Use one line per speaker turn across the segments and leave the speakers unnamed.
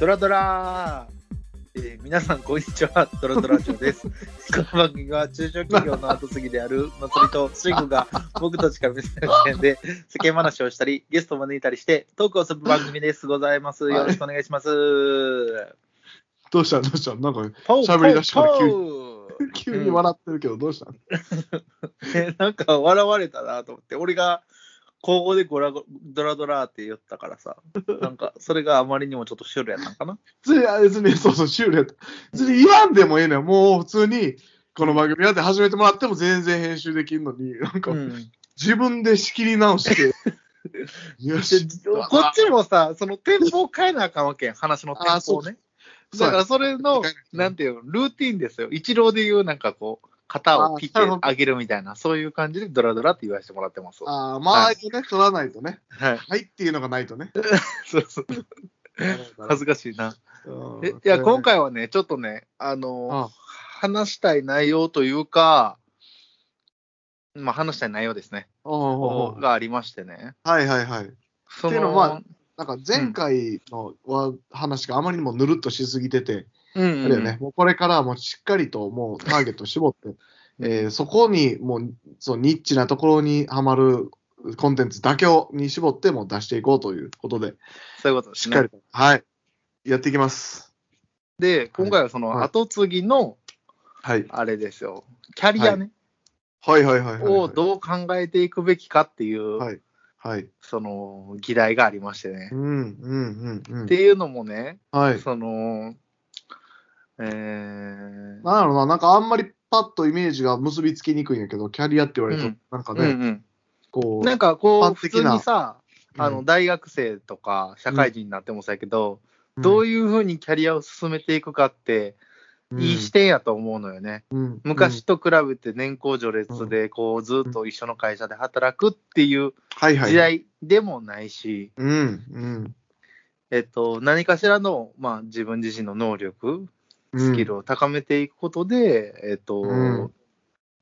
ドラドラえー皆さん、こんにちは。ドラドラジオ です。この番組は中小企業の後継ぎである祭りとシングが僕たちから見せる視点で世間話をしたり、ゲストを招いたりしてトークをする番組です。ございます。よろしくお願いします。
どうしたどうしたなんか
ポ
喋り出しから急に
ポー
急に笑ってるけど、どうした
えなんか笑われたなと思って、俺が高校でゴラゴドラドラって言ったからさ、なんかそれがあまりにもちょっとシュールやったんかな。
別に、あ別に、そうそう、シュールやった。別に言わんでもええねん。もう普通に、この番組やって始めてもらっても全然編集できるのに、なんか、
うん、
自分で仕切り直して。よ
で
し。
こっちもさ、そのテンポを変えなあかんわけやん、話のテン
あ
ポ
そ
を
う
ね。
そう
だ
や
からそれの
変えなあ、かん
なんていうの、ルーティンですよ。一郎でいう、なんかこう、型を切って
あなるほど
あげるみたいな、そういう感じでドラドラって言わせてもらってます。は
ああ、まあ、
はい
ね、取らないとね。
い。
はいっていうのがないとね。
そうそう。恥ずかしいな。
うん
えいや、今。回はね、ちょっとね、あの
あ
話したい内容というか、まあ、話したい内容ですね、
おうおうおう
がありましてね。
はいはいはい。
そ
っていうのはなんか前回のは話があまりにもぬるっとしすぎてて、
うん
あれよね、もうこれからはもうしっかりともうターゲットを絞って、えーそこにもうそうニッチなところにはまるコンテンツだけをに絞ってもう出していこうということで、
そういうことです
しっ
ね。
かりと、はい、やっていきます。
で、今回はその
はい
後継ぎの、
はい。
あれですよ、キャリアね、
はいはいはいはい、はい。
をどう考えていくべきかっていう、
はい。はい。
その議題がありましてね
う。んうんうんう
っ
ん
て。いうのもね、
はい。
その、えー、
なんだろうな、なんかあんまりパッとイメージが結びつきにくいんやけど、キャリアって言われると、
うん
なんか
う
ね、
んうん、
こう、
なんかこう、
一般
普
的
通
な
にさ、あの
うん
大学生とか社会人になってもそうやけど、どういうふうにキャリアを進めていくかって、
うん
いい視点やと思うのよね。
うん
昔、と比べて年功序列で、こう、ずっと一緒の会社で働くっていう
はいはい。
時代でもないし、
うんうん。
えっと、何かしらの、まあ、自分自身の能力、
うん
スキルを高めていくことで、えっと、
うん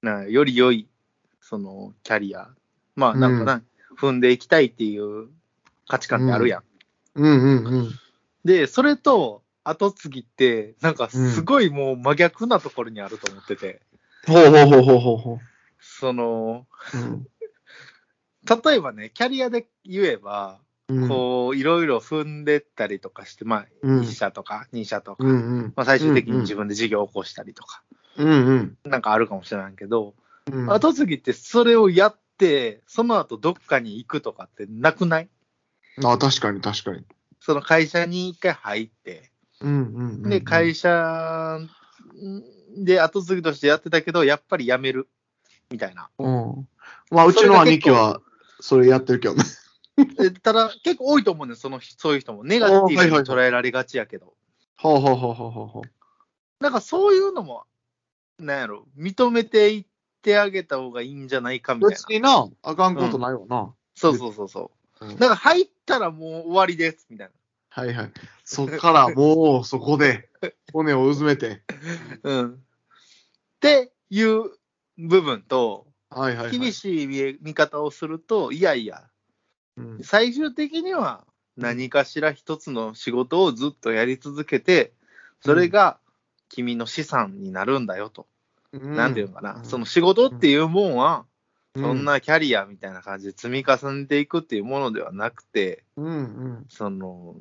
なより良い、その、キャリア、まあ、なんかな、踏んでいきたいっていう価値観ってあるやん
うんうんうん。
で、それと後継ぎって、なんかすごいもう真逆なところにあると思ってて、
ほうほうほうほうほうほ
その、
う。うん
例えばね、キャリアで言えば、
うん
こう、いろいろ踏んでったりとかして、まあ、
うん
1社とか2社とか、
うんうん
まあ、最終的に自分で事業を起こしたりとか、
うん
なんかあるかもしれないけど、
うん。
後継ぎってそれをやって、その後どっかに行くとかってなくない
あ、確かに確かに。
その会社に一回入って、
うんうんうん。
で、会社で後継ぎとしてやってたけど、やっぱり辞めるみたいな。
うん。まあ、うちの兄貴は、それやってるけどね。
えただ、結構多いと思うんです、そのそういう人も。ネガティブに
あはいはいはい
捉えられがちやけど。
ほうほうほうほうほうほ
なんかそういうのも、なんやろ、認めていってあげた方がいいんじゃないかみ
う。
たいな
別。にな、あかんことないわな。
そうそうそうそうう。な
ん
んか入ったらもう終わりですみたい
はいはい。そっからもう、そこ で、骨をうずめて。
な。うん。っていう部分と、
はいはい、はい。
厳しい見え見方をすると、いやいや、
うん
最終的には何かしら一つの仕事をずっとやり続けて、それが君の資産になるんだよと。なんていうのかな、その、仕事っていうもんは、
う
そん。なキャリアみたいな感じで積み重ねていくっていうものではなくて、
うんうん。
その、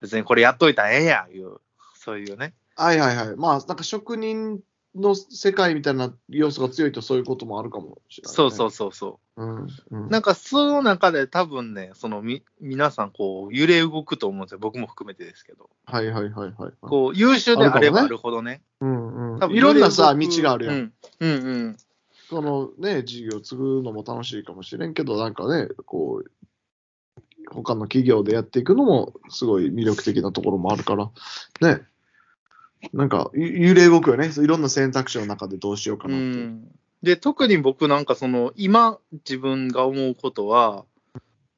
別にこれやっといたらええやんいう、そういうね。
はいはいはい。まあ、なんか職人の世界みたいな要素が強いとそういうこともあるかもしれない、。
そうそうそうそう
うん、うん
う。。なんかその中で多分ね、そのみ、皆さんこう揺れ動くと思うんですよ。僕も含めてですけど。
はいはいはいはい。
こう優秀であればあ
あるかもね
るほどね。
うん
多
う
分
ん、いろんなさ、道
揺れ動く
があるやん。
うん、うんうん
そのね、事業継ぐのも楽しいかもしれんけど、なんかね、こう、他の企業でやっていくのも、すごい魅力的なところもあるから、ね、なんか、ゆ揺れ動くよね。そういろんな選択肢の中でどうしようか
う
なっていう。
ん。で、特に僕なんかその、今自分が思うことは、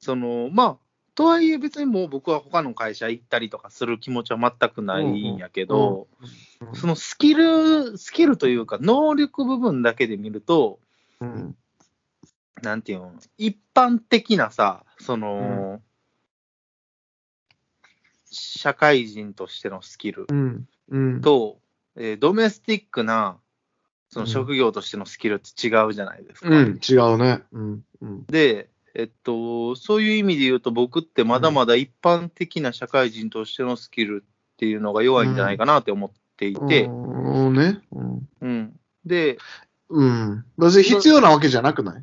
その、まあ、とはいえ別にもう僕は他の会社行ったりとかする気持ちは全くないんやけど、
うんうんうん
そのスキル、スキルというか能力部分だけで見ると、
うん
なんていうの、一般的なさ、その、社会人としてのスキル
うん。うん。
と、えードメスティックな、その
うん
職業としてのスキルって違うじゃないですか。
うん、違うね。うん。うん。
で、えっと、そういう意味で言うと、僕ってまだまだ一般的な社会人としてのスキルっていうのが弱いんじゃないかなって思っていて、
うん、ね。うん。
うん、で、
うん。別に必要なわけじゃなくない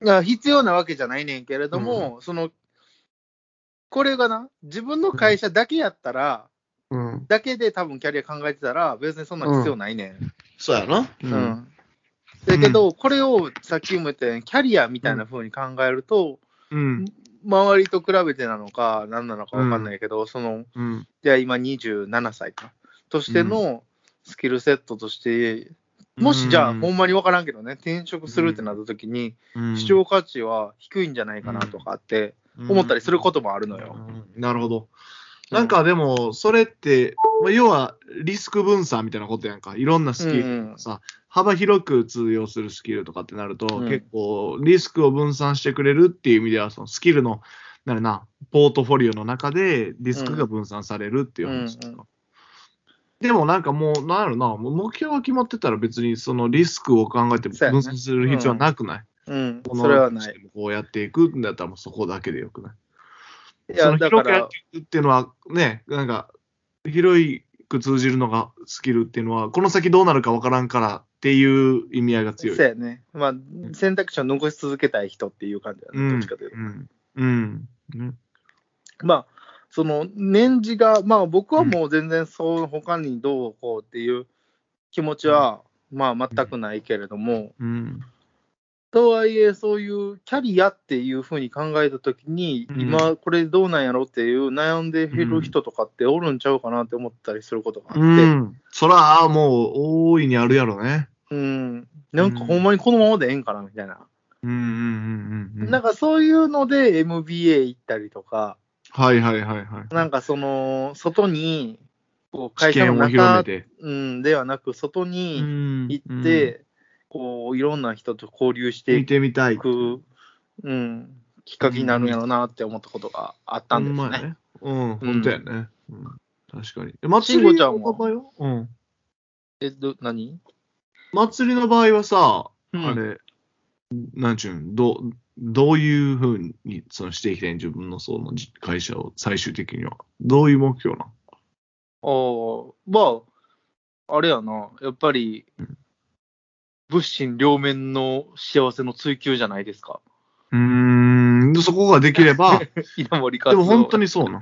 いや必要なわけじゃないねんけれども、その、これがな、自分の会社だけやったら、
うん。
だけで多分キャリア考えてたら、別にそんなん必要ないねん。
そうやな。う
うん。だけど、これをさっきも言ったように、キャリアみたいな風に考えると、
うん。
周りと比べてなのか、何なのか分かんないけど、その、
うん。
じゃあ今27歳か、としてのスキルセットとして、もしじゃあ、
うん
ほんまに分からんけどね、転職するってなった時に、視聴価値は低いんじゃないかなとかって思ったりすることもあるのよ。
うんなるほど。なんかでも、それって、まあ要はリスク分散みたいなことやんか。いろんなスキ
うん
ル。さ幅広く通用するスキルとかってなると、
うん
結構リスクを分散してくれるっていう意味ではそのスキルのなるなポートフォリオの中でリスクが分散されるっていう話とか、
うんうん
でもなんかもうなんやろなもう目標が決まってたら別にそのリスクを考えて
そうやね
分散する必要はなくない、
うん、
この
それはない。
こうやっていくんだったらもうそこだけでよくない
い
そ
や、
の
だ
広
か
くやっ
ら、
ていくっていうのはね、なんか、広く通じるのがスキルっていうのは、この先どうなるかわからんからっていう意味合いが強い。
そうやね。まあ、選択肢を残し続けたい人っていう感じだ
う
ね、
ん。
どっちかというと。
うん。うん。ね
まあ、その年次が、まあ僕はもう全然そう、他にどうこうっていう気持ちは、まあ全くないけれども、
うん。
とはいえ、そういうキャリアっていうふうに考えたときに、
うん
今これどうなんやろっていう悩んでる人とかっておるんちゃうかなって思ったりすることがあって、
う
うん、
ん。そら、もう大いにあるやろね。
なんかほんまにこのままでええんかなみたいな。
うんうんうんうん。
なんかそういうので MBA 行ったりとか、
はいはいはいはい。
なんかその、外に、こう
知
会社の
見を広め
中、
て。
うん、ではなく、外に、
行
行って、、こういろんな人と交流して
うん見
い
てみたい。
く、うん、きっかけになるんやろうなって思ったことがあったんですね。
ね。うん、本当やね。うん。確かに。え
慎
祭
吾
り
ちゃんは
の場合はうん。
えど何
祭りの場合はさ、
うん
あれ、なんちゅうん、どどういうふうにそのしていきたいん自分のそのじ会社を最終的には。どういう目標なん
ああ、まあ、あれやな、やっぱり
うん、
物心両面の幸せの追求じゃないですか。
うーん、でそこができれ ば、
稲森和
でも本 当
に。
にそうな。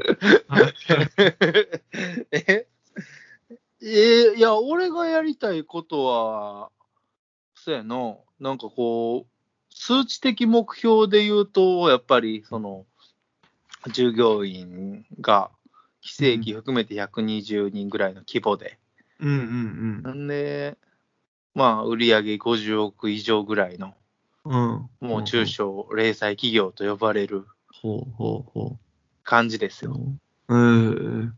ええいや、俺がやりたいことは、そうやな、なんかこう、数値的目標で言うと、やっぱり、その、従業員が、非正規含めて120人ぐらいの規模で、
うんうん
なんで、まあ、売上50億以上ぐらいの、
うん。うん、
もう中小零細企業と呼ばれる
ほうほうほ
感じです
う
よ。
えー、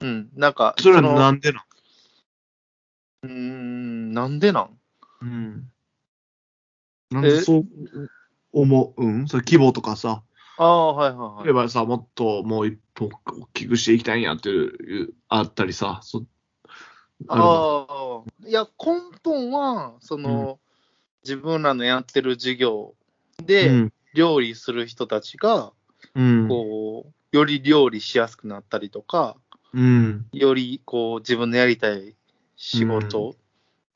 うん、なんか、
それは
の
なんでなん、
うーん、なんでなん
うん、なんでそう思う、うん、それ規模とかさ、
ああ、はいはいはい
例え。ばさ、もっともう一歩大きくしていきたいんやっていう、あったりさ、そあるの
ああ、いや、根本は、その、自分らのやってる事業
う
で
ん
料理する人たちが、
うん
こう、より料理しやすくなったりとか、
うん
より、こう、自分のやりたい仕事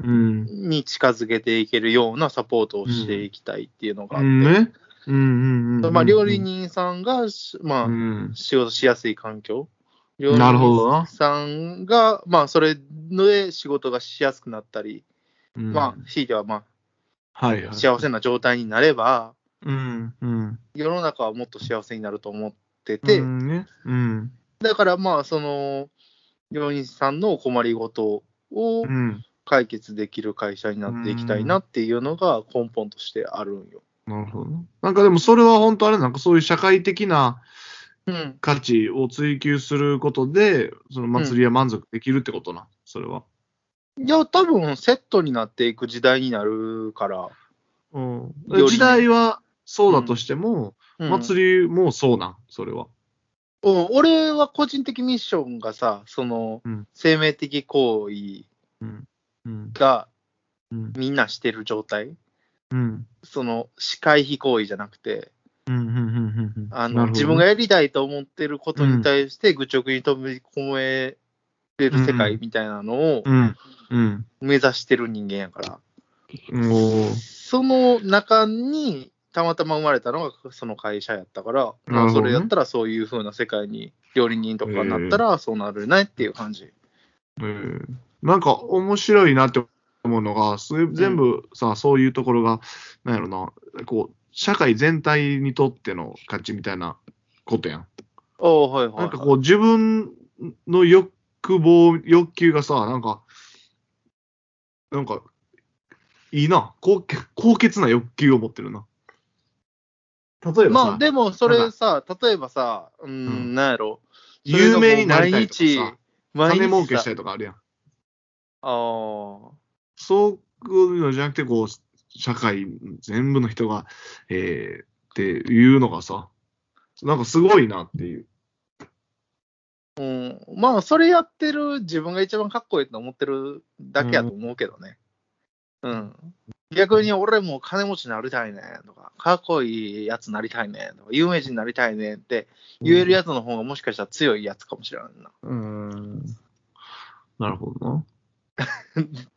うん
に近づけていけるようなサポートをしていきたいっていうのがあっ
う
て、
んねうんうんうん
まあ、料理人さんがし、まあ、
うん
仕事しやすい環境。
なるほど
料
な
理人さんが、まあ、それで仕事がしやすくなったり、
うん
まあ、ひいては、まあ、
はいはい
幸せな状態になれば、
うんうん
世の中はもっと幸せになると思ってて、
うんねうん
だからまあ、その、病院さんのお困りごとを
うん
解決できる会社になっていきたいなっていうのが根本としてあるんよ。
なるほどななんかでもそれは本当あれなんかそういう社会的な
うん。
価値を追求することでその祭りは満足できるってことな、それはい
や、多分セットになっていく時代になるから、
うん
より
時代はそうだとしても、
うん
祭りもそうなんそれは
うん、俺は個人的ミッションがさ、その、
うん
生命的行為
うん。
が
うん。
みんなしてる状態、
うん。
その、視界非行為じゃなくて、
うん。うん。うん。
あの、自分がやりたいと思ってることに対して愚直に飛び込めれる世界みたいなのを
うん。うん。
目指してる人間やから、
うん。お
その中に、たまたま生まれたのがその会社やったから、ま
な
あ、
るほどね
それやったらそういう風な世界に、料理人とかになったらそうなるねっていう感じ。
えーなんか面白いなって思うのが、す全部さ、そういうところが、なんやろな、こう、社会全体にとっての価値みたいなことやん。
ああ、はいはいはい。
なんかこう、自分の欲望、欲求がさ、なんか、なんか、いいな、高潔高潔な欲求を持ってるな。例えばさ、
まあでもそ
なん
れ
か
さ、例えばさ、うーん、
ん
なんやろ、それがも
有
う
名になりたいとかさ、
毎日
金儲けした
さ
りとかあるやん。
あー
そういうのじゃなくて、こう、社会全部の人が、えー、っていうのがさ、なんかすごいなっていう。
うん、まあそれやってる自分が一番かっこいいと思ってるだけやと思うけどね。うん。逆に俺も金持ちになりたいねんとか、かっこいいやつになりたいねんとか、有名人になりたいねんって言えるやつの方がもしかしたら強いやつかもしれないな。
うん。なるほどな。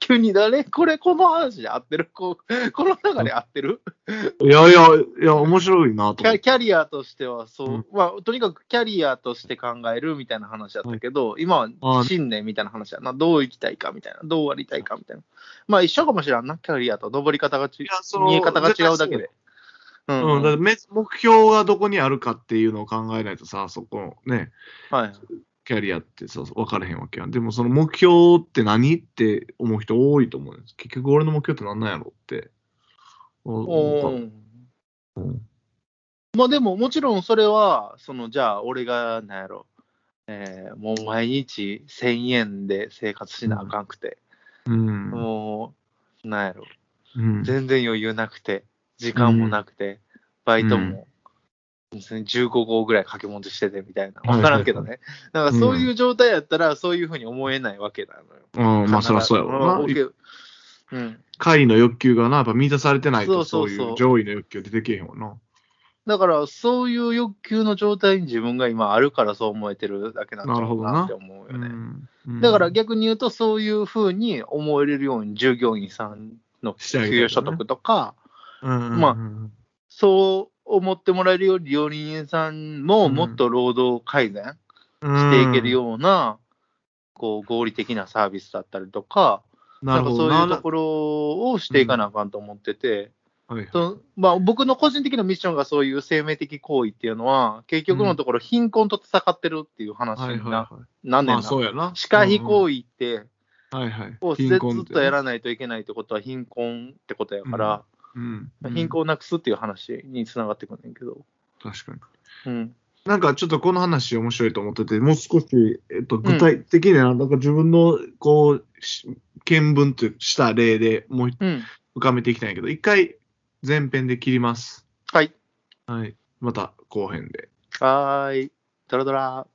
急に誰これこの話で合ってるこうこの中で合ってる
いやいや、いや、面白いなと
キ
思
ャ
って。
キャリアとしてはそう、
うん
まあ、とにかくキャリアとして考えるみたいな話だったけど、今は信念みたいな話だな、どう生きたいかみたいな、どうありたいかみたいな。まあ一緒かもしれんな、キャリアと登り方が違、
いやそうの
見え方が違うだけで。う
うん、だ
は
か
い
らめ目標がどこにあるかっていうのを考えないとさ、そこのね、
はい。
キャリアってそうそう分からへんわけやん。でもその目標って何って思う人多いと思うんです。結局俺の目標って何なんやろって。
お
お
ーまあでももちろんそれは、そのじゃあ俺がなんやろ、えーもう毎日1000円で生活しなあかんくて、
うん。
もうなんやろ、
うん
全然余裕なくて、時間もなくて、バイトも、別に15号ぐらい掛け持ちしててみたいな、
はい
分からんけどね、なんかそういう状態やったら、そういうふうに思えないわけなのよ。
うん、まあそりゃそうや
まあ
ろう
オ
な
ッ。ケーうん、
下位の欲求がな、やっぱ満たされてないと、
そ
そうう
そう
い
そう
う上位の欲求出てけえへんわな。
だから、そういう欲求の状態に自分が今あるから、そう思えてるだけなんだろうなって思うよね。
うん
だから、逆に言うと、そういうふうに思えれるように、従業員さんの
してあげ
給
たい
与
よね
所得とか、ま
ま
あそう思ってもらえるように、料理人さんももっと労働改善、していけるような、こう合理的なサービスだったりとか、
うん。
な
なん
か
るほ
そ
ど
ういう
な
と。ころをしていかなあかんと思ってて、
はい
そのまあ、僕の個人的なミッションがそういう生命的行為っていうのは、結局のところ貧困と戦ってるっていう話
はい
に
は
ない
は
なん
い。
ねん
ま
な
あ。そうやな。
歯科非
為
行為って、
はいはい。
をずっ
貧困って
とやらないといけないってことは貧困ってことやから、
うん。うん
貧困をなくすっていう話につながってくんねんけど。
確かに。
うん。
なんかちょっとこの話面白いと思ってて、もう少し、えっと、具体的にな、なんか自分の、こう、し見聞とした例でもう一
うん。
浮かべていきたいんやけど、一回前編で切ります。
はい。
はい。また後編で。
はーい。ドラドラ